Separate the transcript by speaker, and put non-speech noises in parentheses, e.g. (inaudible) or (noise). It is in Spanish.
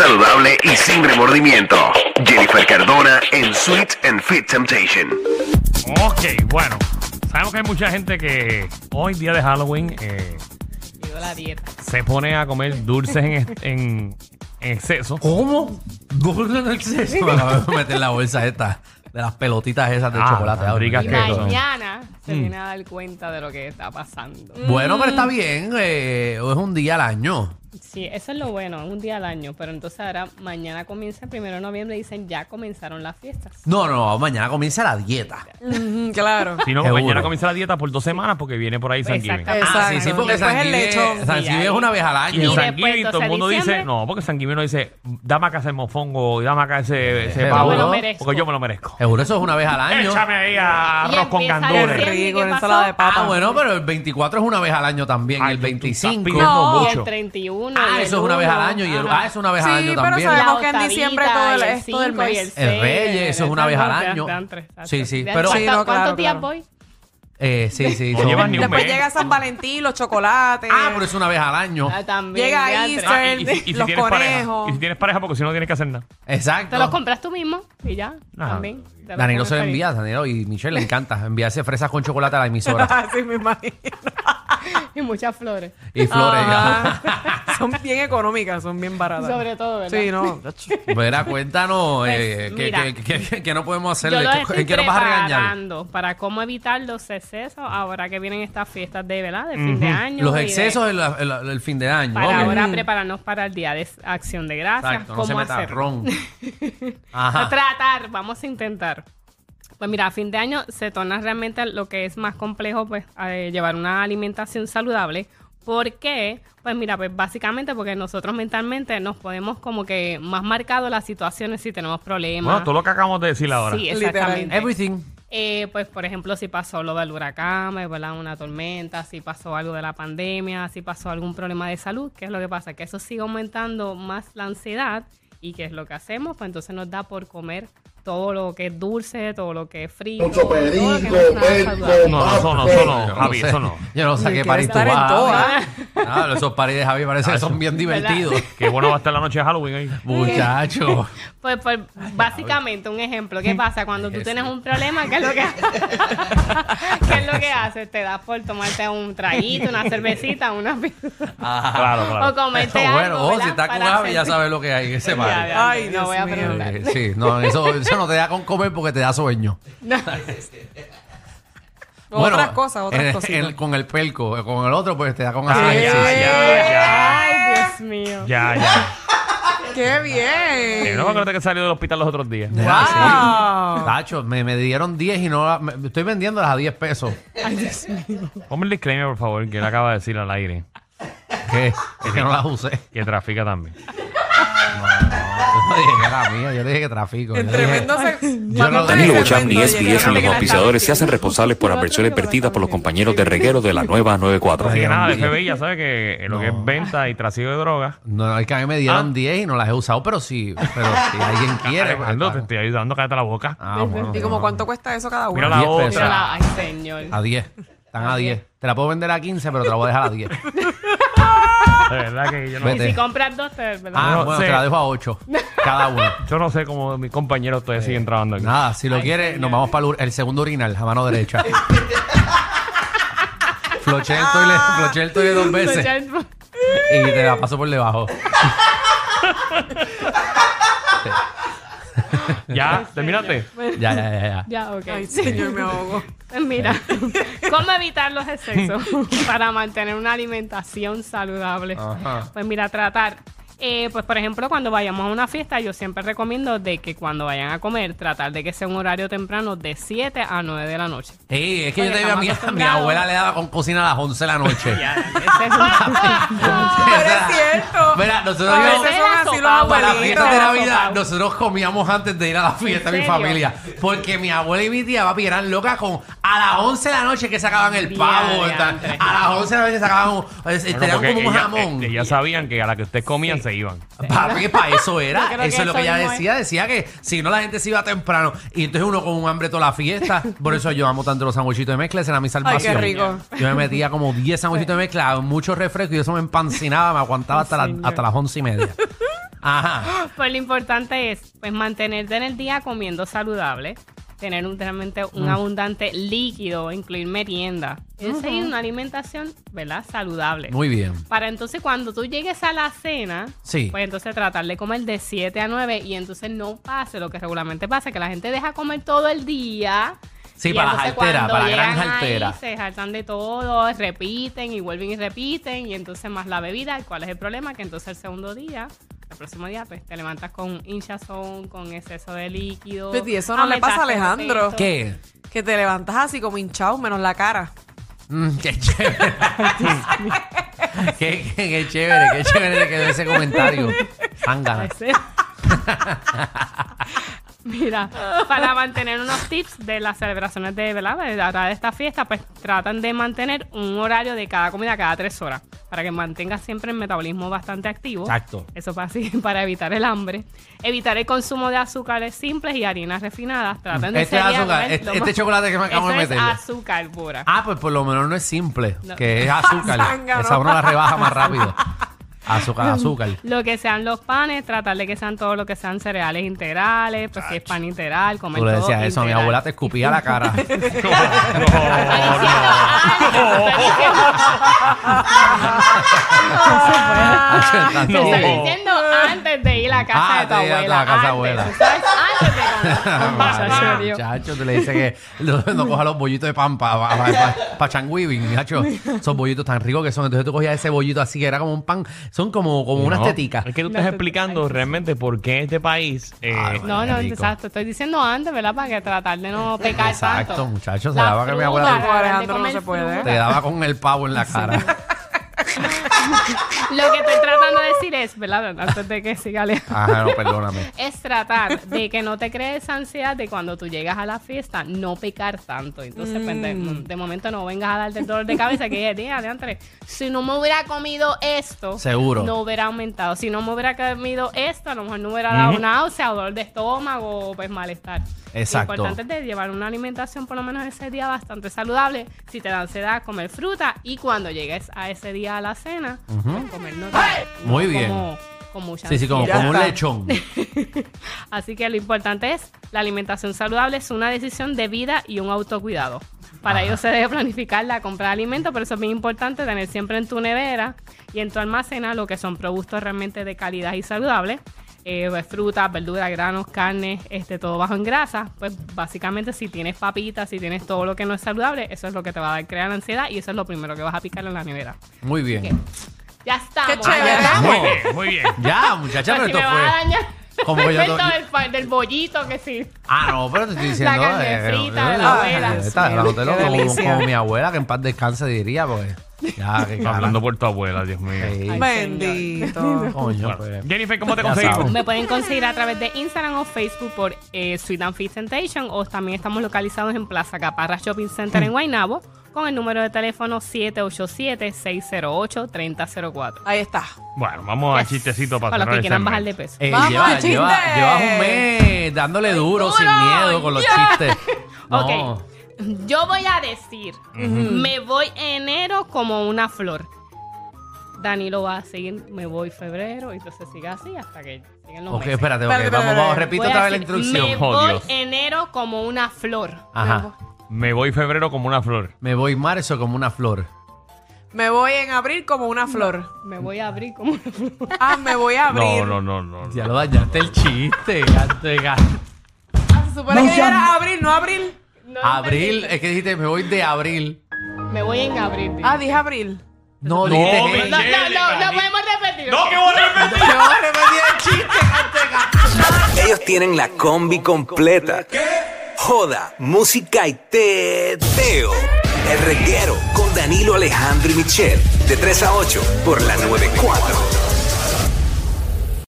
Speaker 1: saludable y sin remordimiento. Jennifer Cardona en Sweet and Fit Temptation.
Speaker 2: Ok, bueno. Sabemos que hay mucha gente que hoy, día de Halloween, eh,
Speaker 3: Yo la dieta.
Speaker 2: se pone a comer dulces en, (laughs) ex- en- en exceso.
Speaker 4: ¿Cómo? Dulce en exceso. Me la voy a meter en la bolsa esta de las pelotitas esas de
Speaker 2: Ah,
Speaker 4: chocolate.
Speaker 2: tan
Speaker 4: ahora.
Speaker 2: ricas
Speaker 3: Y
Speaker 2: que son.
Speaker 3: mañana se viene a dar cuenta de lo que está pasando.
Speaker 4: Mm.
Speaker 3: Mm.
Speaker 4: Bueno, pero está bien. eh, es un día al año.
Speaker 3: Sí, eso es lo bueno, un día al año. Pero entonces ahora, mañana comienza el primero de noviembre y dicen ya comenzaron las fiestas.
Speaker 4: No, no, mañana comienza la dieta.
Speaker 5: Claro.
Speaker 2: Si no,
Speaker 4: Seguro.
Speaker 2: mañana comienza la dieta por dos semanas porque viene por ahí Thanksgiving.
Speaker 3: Pues Exactamente.
Speaker 5: Exacto.
Speaker 4: Ah, sí, sí, porque
Speaker 5: Después el
Speaker 4: Thanksgiving-
Speaker 5: lechón.
Speaker 4: Thanksgiving
Speaker 3: Y
Speaker 4: es
Speaker 3: ahí-
Speaker 4: una vez al
Speaker 2: Y en
Speaker 4: año.
Speaker 3: después,
Speaker 2: Thanksgiving todo el
Speaker 3: entonces,
Speaker 2: mundo dice,
Speaker 3: diciembre-
Speaker 2: no, porque Sanguivino dice, dame acá ese mofongo y dame acá ese, ese
Speaker 4: Yo
Speaker 2: pavo,
Speaker 4: me lo
Speaker 3: merezco.
Speaker 2: porque yo me lo merezco.
Speaker 4: Seguro eso es una vez al año.
Speaker 2: Échame ahí a
Speaker 3: Y
Speaker 2: arroz con
Speaker 3: empieza
Speaker 2: gandules.
Speaker 3: diciembre,
Speaker 5: Qué rico,
Speaker 3: ¿qué
Speaker 5: una
Speaker 3: pasó?
Speaker 5: ensalada de papa.
Speaker 4: Ah, bueno, pero el 24 es una vez al año también.
Speaker 2: Ay,
Speaker 4: el
Speaker 2: tú estás
Speaker 4: 25.
Speaker 2: pidiendo
Speaker 5: No.
Speaker 3: Y
Speaker 2: mucho.
Speaker 3: el 31.
Speaker 4: Ah,
Speaker 3: y el
Speaker 4: eso es una vez al
Speaker 3: uno,
Speaker 4: año. Y el,
Speaker 3: ajá.
Speaker 4: ah, eso es una vez al
Speaker 5: Sí,
Speaker 4: año
Speaker 5: pero
Speaker 4: también.
Speaker 5: sabemos
Speaker 3: La
Speaker 5: que en
Speaker 3: octavita,
Speaker 5: diciembre todo el-
Speaker 3: y
Speaker 5: es todo el
Speaker 3: cinco, y
Speaker 5: mes.
Speaker 3: seis,
Speaker 4: El Reyes, eso es una vez al año.
Speaker 3: Dan tres, dan tres,
Speaker 4: Sí, sí,
Speaker 3: dan
Speaker 4: pero-
Speaker 3: tres.
Speaker 5: Sí, no,
Speaker 3: ¿Cuántos
Speaker 5: claro,
Speaker 3: días
Speaker 5: claro.
Speaker 3: voy?
Speaker 4: Eh, sí, sí.
Speaker 2: No
Speaker 4: son-
Speaker 2: llevas ni un
Speaker 5: Después
Speaker 2: mes.
Speaker 5: llega San Valentín, los chocolates.
Speaker 4: Ah, pero es una vez al año.
Speaker 3: Ah, también,
Speaker 5: Llega
Speaker 3: dan
Speaker 5: ahí,
Speaker 3: tres.
Speaker 5: se-
Speaker 2: y, si- y si
Speaker 5: los
Speaker 2: tienes pareja,
Speaker 5: conejos.
Speaker 2: y si tienes pareja, porque si no tienes que hacer nada.
Speaker 4: Exacto.
Speaker 3: Te los compras tú mismo y ya,
Speaker 2: Ajá.
Speaker 3: también. te los
Speaker 4: Danilo
Speaker 3: comes
Speaker 4: se lo
Speaker 3: feliz.
Speaker 4: envía, Danilo y Michelle le encanta enviarse fresas con chocolate a
Speaker 3: (laughs)
Speaker 4: la emisora.
Speaker 5: (laughs) Así me imagino.
Speaker 3: (laughs) Y muchas flores.
Speaker 4: y flores.
Speaker 3: Ah.
Speaker 4: ya.
Speaker 5: Ajá. son bien económicas, son bien baratas.
Speaker 3: Sobre todo, ¿verdad?
Speaker 5: Sí, no.
Speaker 4: Mira, cuéntanos eh,
Speaker 3: Pues,
Speaker 4: qué-
Speaker 3: mira.
Speaker 4: qué- qué- qué- qué no podemos
Speaker 3: Yo
Speaker 4: hacerle,
Speaker 3: los
Speaker 4: qué-
Speaker 3: estoy
Speaker 4: en qué nos vas a regañar.
Speaker 3: preparando para cómo evitar los excesos ahora que vienen estas fiestas de, ¿verdad? de fin de
Speaker 2: Ujú.
Speaker 3: año. y
Speaker 4: Los
Speaker 3: de-
Speaker 4: excesos del el, el fin de año.
Speaker 3: Para
Speaker 4: ok.
Speaker 3: ahora prepararnos para el Día de Acción de Gracias.
Speaker 4: Exacto, no
Speaker 3: ¿Cómo
Speaker 4: se meta
Speaker 3: hacerlo?
Speaker 4: ron.
Speaker 3: (laughs) A
Speaker 4: Ajá.
Speaker 3: tratar, vamos a intentar. Pues mira, a fin de año se torna realmente lo que es más complejo, pues, eh, llevar una alimentación saludable. ¿Por qué? Pues mira, pues básicamente porque nosotros mentalmente nos podemos como que más marcado las situaciones si tenemos problemas.
Speaker 2: Bueno, todo lo que acabamos de decir ahora.
Speaker 3: Sí,
Speaker 5: Literal.
Speaker 3: exactamente.
Speaker 4: Everything.
Speaker 3: Eh, pues, por ejemplo, si pasó lo del huracán, eh, ¿verdad? una tormenta, si pasó algo de la pandemia, si pasó algún problema de salud, ¿qué es lo que pasa? Que eso sigue aumentando más la ansiedad y ¿qué es lo que hacemos? Pues entonces nos da por comer todo lo que es dulce, todo lo que es frito.
Speaker 6: Mucho
Speaker 3: todo lo que no es
Speaker 6: perico,
Speaker 3: nada
Speaker 6: perico.
Speaker 3: saludable.
Speaker 2: No, no, eso no, eso no,
Speaker 4: Yo
Speaker 2: Javi,
Speaker 4: sé,
Speaker 2: eso no.
Speaker 4: Yo no sé
Speaker 5: Yo
Speaker 4: qué
Speaker 5: quiero
Speaker 4: parís tú
Speaker 5: estar en
Speaker 4: vas.
Speaker 5: todas.
Speaker 4: Ah, Esos paris de Javi parece que
Speaker 2: Chacho.
Speaker 4: son
Speaker 3: (laughs)
Speaker 4: bien divertidos.
Speaker 2: Qué bueno va a estar la noche de Halloween ahí.
Speaker 4: Muchachos.
Speaker 3: Pues, pues, básicamente un ejemplo, ¿qué pasa cuando tú
Speaker 4: Eso.
Speaker 3: tienes un problema? ¿Qué es
Speaker 4: (laughs)
Speaker 3: lo que (laughs) ¿Qué es lo que haces? Te das por tomarte un traguito, una cervecita, una
Speaker 2: Claro, claro.
Speaker 3: o comerte
Speaker 4: Eso, (laughs) bueno,
Speaker 3: algo,
Speaker 4: oh,
Speaker 3: ¿verdad?
Speaker 4: si está con
Speaker 3: Para
Speaker 4: Javi ya
Speaker 3: sentir-
Speaker 4: sabes lo que hay en ese
Speaker 3: Ya,
Speaker 4: party.
Speaker 3: ya,
Speaker 5: Ay,
Speaker 3: no
Speaker 5: Dios
Speaker 3: voy a
Speaker 5: mío.
Speaker 3: preguntar.
Speaker 4: Eh, Sí, no, eso, eso no te da con comer porque te da sueño.
Speaker 5: otras cosas, otras
Speaker 4: en-
Speaker 5: cositas.
Speaker 4: en- con el pelco, eh, con el otro pues te da con
Speaker 2: Ah,
Speaker 4: hacer
Speaker 2: ya,
Speaker 4: ejercicio.
Speaker 2: ya,
Speaker 3: Ay, Dios mío.
Speaker 2: ya. Ya, ya.
Speaker 4: Ah,
Speaker 5: ¡Qué
Speaker 2: Eh,
Speaker 5: bien!
Speaker 2: no me acuerdo que salió del hospital los otros días.
Speaker 4: Ya,
Speaker 5: Wow.
Speaker 4: sí. Tacho, me, me dieron 10 y no la- me- estoy vendiéndolas a 10 pesos.
Speaker 2: Ponme el disclaimer, por favor, que él acaba de decir al aire.
Speaker 4: Que, es que no las usé. (laughs)
Speaker 2: Que trafica también.
Speaker 4: Yo no dije que era mía, yo dije que trafico. yo
Speaker 5: En
Speaker 4: dije-
Speaker 5: tremendo se-
Speaker 4: yo no-
Speaker 5: Danilo
Speaker 7: Danilo
Speaker 5: Bocham,
Speaker 7: Bocham y
Speaker 5: llegaron
Speaker 7: SBS y
Speaker 5: de
Speaker 7: los
Speaker 5: que la
Speaker 7: auspiciadores
Speaker 5: estaban
Speaker 7: se hacen responsables por adversiones vertidas por los compañeros de reguero de la nueva 94.
Speaker 2: Así que
Speaker 4: Dios
Speaker 2: nada, de
Speaker 4: mío.
Speaker 2: FBI ya sabe que eh, lo que es venta y trasiego de drogas.
Speaker 4: No, es que a mí me dieron
Speaker 2: Ah.
Speaker 4: 10 y no las he usado, pero sí, pero
Speaker 2: (laughs)
Speaker 4: si alguien quiere. pues,
Speaker 2: Alejandro, te estoy ayudando, cállate la boca.
Speaker 4: ah, bueno,
Speaker 5: ¿Y
Speaker 4: no,
Speaker 5: como
Speaker 4: no.
Speaker 5: cuánto cuesta eso cada
Speaker 2: Mira la
Speaker 5: uno?
Speaker 4: 10
Speaker 2: otra.
Speaker 4: pesos.
Speaker 3: Pero la- Ay, señor.
Speaker 4: A 10. Están a 10. Te la puedo vender a 15, pero te la voy a dejar
Speaker 2: (laughs)
Speaker 4: a 10.
Speaker 2: De verdad que yo no,
Speaker 3: Y
Speaker 4: Vete.
Speaker 3: si compras dos, te, ¿verdad?
Speaker 4: Ah,
Speaker 2: No
Speaker 4: bueno,
Speaker 2: sé.
Speaker 4: te la dejo a 8. Cada uno.
Speaker 2: yo no sé cómo mis compañeros todavía siguen trabajando aquí.
Speaker 4: Nada, si lo quiere, nos vamos para el, ur- el segundo urinal, a mano
Speaker 3: (laughs)
Speaker 4: derecha. floché el toile,
Speaker 3: Ah.
Speaker 4: floché el toile
Speaker 3: Pues
Speaker 4: dos veces
Speaker 3: Entonces,
Speaker 4: y te la paso por debajo.
Speaker 2: Ya, terminaste.
Speaker 4: Ya, ya, ya, ya.
Speaker 3: Ya, ok.
Speaker 5: Ay, señor,
Speaker 4: (laughs)
Speaker 5: me ahogo.
Speaker 3: Pues (laughs) Mira, ¿cómo evitar los (laughs) excesos para mantener una alimentación saludable?
Speaker 4: Ajá.
Speaker 3: Pues mira, tratar. eh, pues por ejemplo, cuando vayamos a una fiesta, yo siempre recomiendo de que cuando vayan a comer, tratar de que sea un horario temprano de 7 a 9 de la noche.
Speaker 4: Ey, es que yo
Speaker 3: Oye,
Speaker 4: te digo a mi,
Speaker 3: estamos
Speaker 4: mi
Speaker 3: acostumbrados.
Speaker 4: abuela le daba con cocina a las 11 de la noche.
Speaker 3: Ah, Ese es (laughs) un-
Speaker 5: Pero es cierto.
Speaker 4: Mira, nosotros
Speaker 5: A
Speaker 4: íbamos
Speaker 5: veces son así los
Speaker 4: para las fiestas de
Speaker 5: abuelitos.
Speaker 4: Navidad, nosotros comíamos antes de ir a la fiesta,
Speaker 3: ¿En
Speaker 4: mi
Speaker 3: serio?
Speaker 4: familia. Porque mi abuela y mi tía, papi, eran locas con a las 11 de la noche que sacaban el pavo.
Speaker 3: Diantre.
Speaker 4: tal. A las 11 de la noche sacaban un, eh,
Speaker 2: Bueno,
Speaker 4: tenían
Speaker 2: porque
Speaker 4: como un
Speaker 2: ella-
Speaker 4: jamón.
Speaker 2: eh, ellas sabían que a la que ustedes comían se iban.
Speaker 4: Papi, para
Speaker 3: (laughs) Yo
Speaker 4: eso era.
Speaker 3: creo
Speaker 4: Eso
Speaker 3: que
Speaker 4: es lo
Speaker 3: eso
Speaker 4: que ella
Speaker 3: mismo es.
Speaker 4: decía. Decía que si no, la gente se iba temprano. Y entonces uno con un hambre toda
Speaker 3: (laughs)
Speaker 4: la fiesta. Por eso yo amo tanto los sandwichitos de mezcla. Esa era mi salvación.
Speaker 5: rico.
Speaker 4: Yo me metía como 10 sandwichitos de mezcla, mucho refresco y eso me empancinaba. Me aguantaba hasta, la- hasta las 11 y media. Ajá.
Speaker 3: Pues lo importante es pues mantenerte en el día comiendo saludable, tener un, realmente
Speaker 4: Mm.
Speaker 3: un abundante líquido, incluir merienda. Es decir, una alimentación, ¿verdad? Saludable.
Speaker 4: Muy bien.
Speaker 3: Para entonces cuando tú llegues a la cena,
Speaker 4: Sí.
Speaker 3: pues entonces tratar de comer de 7 a 9 y entonces no pase lo que regularmente pasa, que la gente deja comer todo el día.
Speaker 4: Sí,
Speaker 3: y
Speaker 4: para las
Speaker 3: entonces
Speaker 4: alteras,
Speaker 3: cuando
Speaker 4: para la gran
Speaker 3: llegan ahí,
Speaker 4: altera.
Speaker 3: Se saltan de todo, repiten y vuelven y repiten y entonces más la bebida. ¿Y ¿Cuál es el problema? Que entonces el segundo día... El próximo día pues, te levantas con hinchazón, con exceso de líquido. Ah,
Speaker 5: Pues, y eso no le
Speaker 3: aumentaste
Speaker 5: pasa a Alejandro.
Speaker 3: de peso.
Speaker 4: ¿Qué?
Speaker 5: Que te levantas así como hinchado, menos la cara.
Speaker 4: Mm, qué
Speaker 3: (laughs)
Speaker 4: chévere. (laughs) qué, qué- qué chévere, qué chévere le quedó ese comentario. Zángana.
Speaker 3: Ese- (laughs) Mira, para mantener unos tips de las celebraciones de, ¿verdad? De, ahora de esta fiesta, pues tratan de mantener un horario de cada comida cada tres horas, para que mantengas siempre el metabolismo bastante activo.
Speaker 2: (laughs)
Speaker 4: Exacto.
Speaker 3: Eso para, así, para evitar el hambre. Evitar el consumo de azúcares simples y harinas refinadas. Traten de
Speaker 4: Este es
Speaker 3: cereal,
Speaker 4: azúcar,
Speaker 3: ¿ves?
Speaker 4: este,
Speaker 3: Lo
Speaker 4: este
Speaker 3: más-
Speaker 4: chocolate que me acabo
Speaker 3: Eso
Speaker 4: de
Speaker 3: es
Speaker 4: meter.
Speaker 3: azúcar pura.
Speaker 4: Ah, pues por lo menos no es simple,
Speaker 3: No.
Speaker 4: que es
Speaker 3: (laughs)
Speaker 4: azúcar.
Speaker 5: Zángano.
Speaker 4: Esa uno la rebaja más rápido. Azúcar, azúcar.
Speaker 3: Lo que sean los panes, tratar de que sean todo lo que sean cereales integrales, pues si es pan integral, comer
Speaker 4: Tú le
Speaker 3: todo
Speaker 4: decías eso a mi
Speaker 3: integral.
Speaker 4: abuela, te escupía
Speaker 3: (laughs)
Speaker 4: la cara. (laughs)
Speaker 5: Ah.
Speaker 3: Te
Speaker 2: No.
Speaker 3: estoy
Speaker 4: (laughs)
Speaker 3: diciendo antes de ir a casa
Speaker 4: Ah,
Speaker 3: de tu
Speaker 4: antes de ir a
Speaker 3: abuela.
Speaker 4: la casa de
Speaker 3: antes,
Speaker 4: abuela.
Speaker 3: tú sabes, antes de comer. Muchacho,
Speaker 4: Madre,
Speaker 3: Dios.
Speaker 4: Muchacho, tú le dices que no, no coja los bollitos de pan para pa, pa, pa changuibing, muchacho. Esos bollitos tan ricos que son. Entonces tú cogías ese bollito así, que era como un pan. Son como, como unas
Speaker 2: No,
Speaker 4: teticas.
Speaker 2: Es que tú estás explicando realmente por qué este país. eh,
Speaker 4: Ay,
Speaker 3: No, no,
Speaker 4: rico.
Speaker 3: exacto. Estoy diciendo antes, ¿verdad? Para que tratar de no pecar
Speaker 4: Exacto,
Speaker 3: tanto.
Speaker 4: muchachos, se
Speaker 3: La
Speaker 4: daba que mi
Speaker 3: fruta,
Speaker 4: abuela-
Speaker 3: tratar de
Speaker 5: Alejandro, no
Speaker 3: comer
Speaker 5: se puede.
Speaker 3: fruta.
Speaker 4: Te daba con el pavo en la cara.
Speaker 3: Lo que estoy tratando de decir es, ¿verdad? Antes de que siga Alejandro.
Speaker 4: Ajá, Ah, no, perdóname.
Speaker 3: es tratar de que no te crees ansiedad de cuando tú llegas a la fiesta no pecar tanto. Entonces, pues,
Speaker 4: Mm.
Speaker 3: de, de momento no vengas a darte el dolor de cabeza que dije, tía, diantre, si no me hubiera comido esto,
Speaker 4: Seguro.
Speaker 3: no hubiera aumentado. Si no me hubiera comido esto, a lo mejor no hubiera dado náusea o dolor de estómago o pues malestar.
Speaker 4: Exacto.
Speaker 3: Lo importante es de llevar una alimentación por lo menos ese día bastante saludable. Si te da ansiedad, comer fruta y cuando llegues a ese día a la cena, pues, comer normal. No
Speaker 4: Muy bien.
Speaker 3: Como, con mucha
Speaker 4: Sí, sí, como,
Speaker 3: ansiedad.
Speaker 5: Ya
Speaker 4: como un
Speaker 5: está.
Speaker 4: lechón.
Speaker 3: Así que lo importante es, la alimentación saludable es una decisión de vida y un autocuidado. Para ello se debe planificar la compra de alimentos, por eso es bien importante tener siempre en tu nevera y en tu almacena lo que son productos realmente de calidad y saludables. eh, pues, frutas, verduras, granos, carnes, este, todo bajo en grasa. Pues básicamente si tienes papitas, si tienes todo lo que no es saludable, eso es lo que te va a dar- crear ansiedad y eso es lo primero que vas a picar en la nevera.
Speaker 4: Muy bien.
Speaker 3: Ya está.
Speaker 5: chévere.
Speaker 2: (laughs) Muy
Speaker 4: No.
Speaker 2: bien, muy bien.
Speaker 4: Ya, muchacha, pero
Speaker 3: Pues si me
Speaker 4: esto
Speaker 3: vas a
Speaker 4: fue.
Speaker 3: dañar
Speaker 4: Como que yo
Speaker 3: el
Speaker 4: to-
Speaker 3: del, pa- del bollito que sí.
Speaker 4: Ah, no, pero te estoy diciendo.
Speaker 3: La carne
Speaker 4: eh,
Speaker 3: frita
Speaker 4: eh,
Speaker 3: de la
Speaker 4: eh,
Speaker 3: abuela.
Speaker 4: Está,
Speaker 5: Qué
Speaker 4: dándotelo como,
Speaker 5: delicia.
Speaker 4: como mi abuela, que en paz descanse diría, pues. (laughs)
Speaker 5: (laughs)
Speaker 4: Ya, que cara.
Speaker 2: Hablando por tu abuela, Dios mío.
Speaker 4: Sí,
Speaker 5: Bendito.
Speaker 4: coño, pues.
Speaker 2: Bueno, Jennifer, ¿cómo te
Speaker 4: Ya
Speaker 2: conseguimos?
Speaker 4: sabes.
Speaker 3: Me pueden conseguir a través de Instagram o Facebook por eh, Sweet and Fit Temptation o también estamos localizados en Plaza Caparra Shopping Center
Speaker 4: Mm.
Speaker 3: en Guaynabo con el número de teléfono 787-608-3004.
Speaker 5: Ahí está.
Speaker 2: Bueno, vamos al chistecito para
Speaker 3: Para los
Speaker 2: cerrar
Speaker 3: que
Speaker 2: el
Speaker 3: quieran bajar de
Speaker 2: segmento.
Speaker 3: peso.
Speaker 4: Eh,
Speaker 5: ¡Vamos
Speaker 4: lleva,
Speaker 5: al chiste!
Speaker 4: lleva, llevas un mes dándole duro, sin miedo, con los chistes. No.
Speaker 3: (laughs) Ok, yo voy a decir, me voy enero como una flor. Danilo va a seguir, me voy febrero, y entonces siga así hasta que lleguen los
Speaker 4: Ok,
Speaker 3: meses.
Speaker 4: espérate, ok.
Speaker 5: Espérate,
Speaker 4: vamos,
Speaker 5: espérate.
Speaker 4: vamos, repito
Speaker 3: Voy a
Speaker 4: otra vez la Ah.
Speaker 3: decir,
Speaker 4: instrucción.
Speaker 3: Me
Speaker 2: Oh,
Speaker 3: voy
Speaker 2: Dios.
Speaker 3: enero como una flor.
Speaker 4: Ajá.
Speaker 2: Me voy febrero como una flor.
Speaker 4: Me voy marzo como una flor.
Speaker 5: Me voy en abril como una flor.
Speaker 3: Me voy a abrir como una flor.
Speaker 5: Ah, me voy a abrir.
Speaker 2: No, no, no, no. no.
Speaker 4: Ya lo dañaste el chiste. gato de gato.
Speaker 5: Ah, se supone que yo era abril, no abril.
Speaker 3: No
Speaker 4: Abril, es que dijiste, me voy de abril.
Speaker 3: entendí. Me voy en abril. dije.
Speaker 5: Ah, dije abril.
Speaker 2: No,
Speaker 4: No, dijiste
Speaker 2: me-
Speaker 3: No,
Speaker 4: que- (laughs)
Speaker 3: no, no, no podemos repetir.
Speaker 2: ¡No, que voy a repetir!
Speaker 4: No, repetí el chiste.
Speaker 6: Ellos tienen la combi completa. Joda, música y teo. El reguero con Danilo Alejandro y Michel. De 3 a 8 por la 94.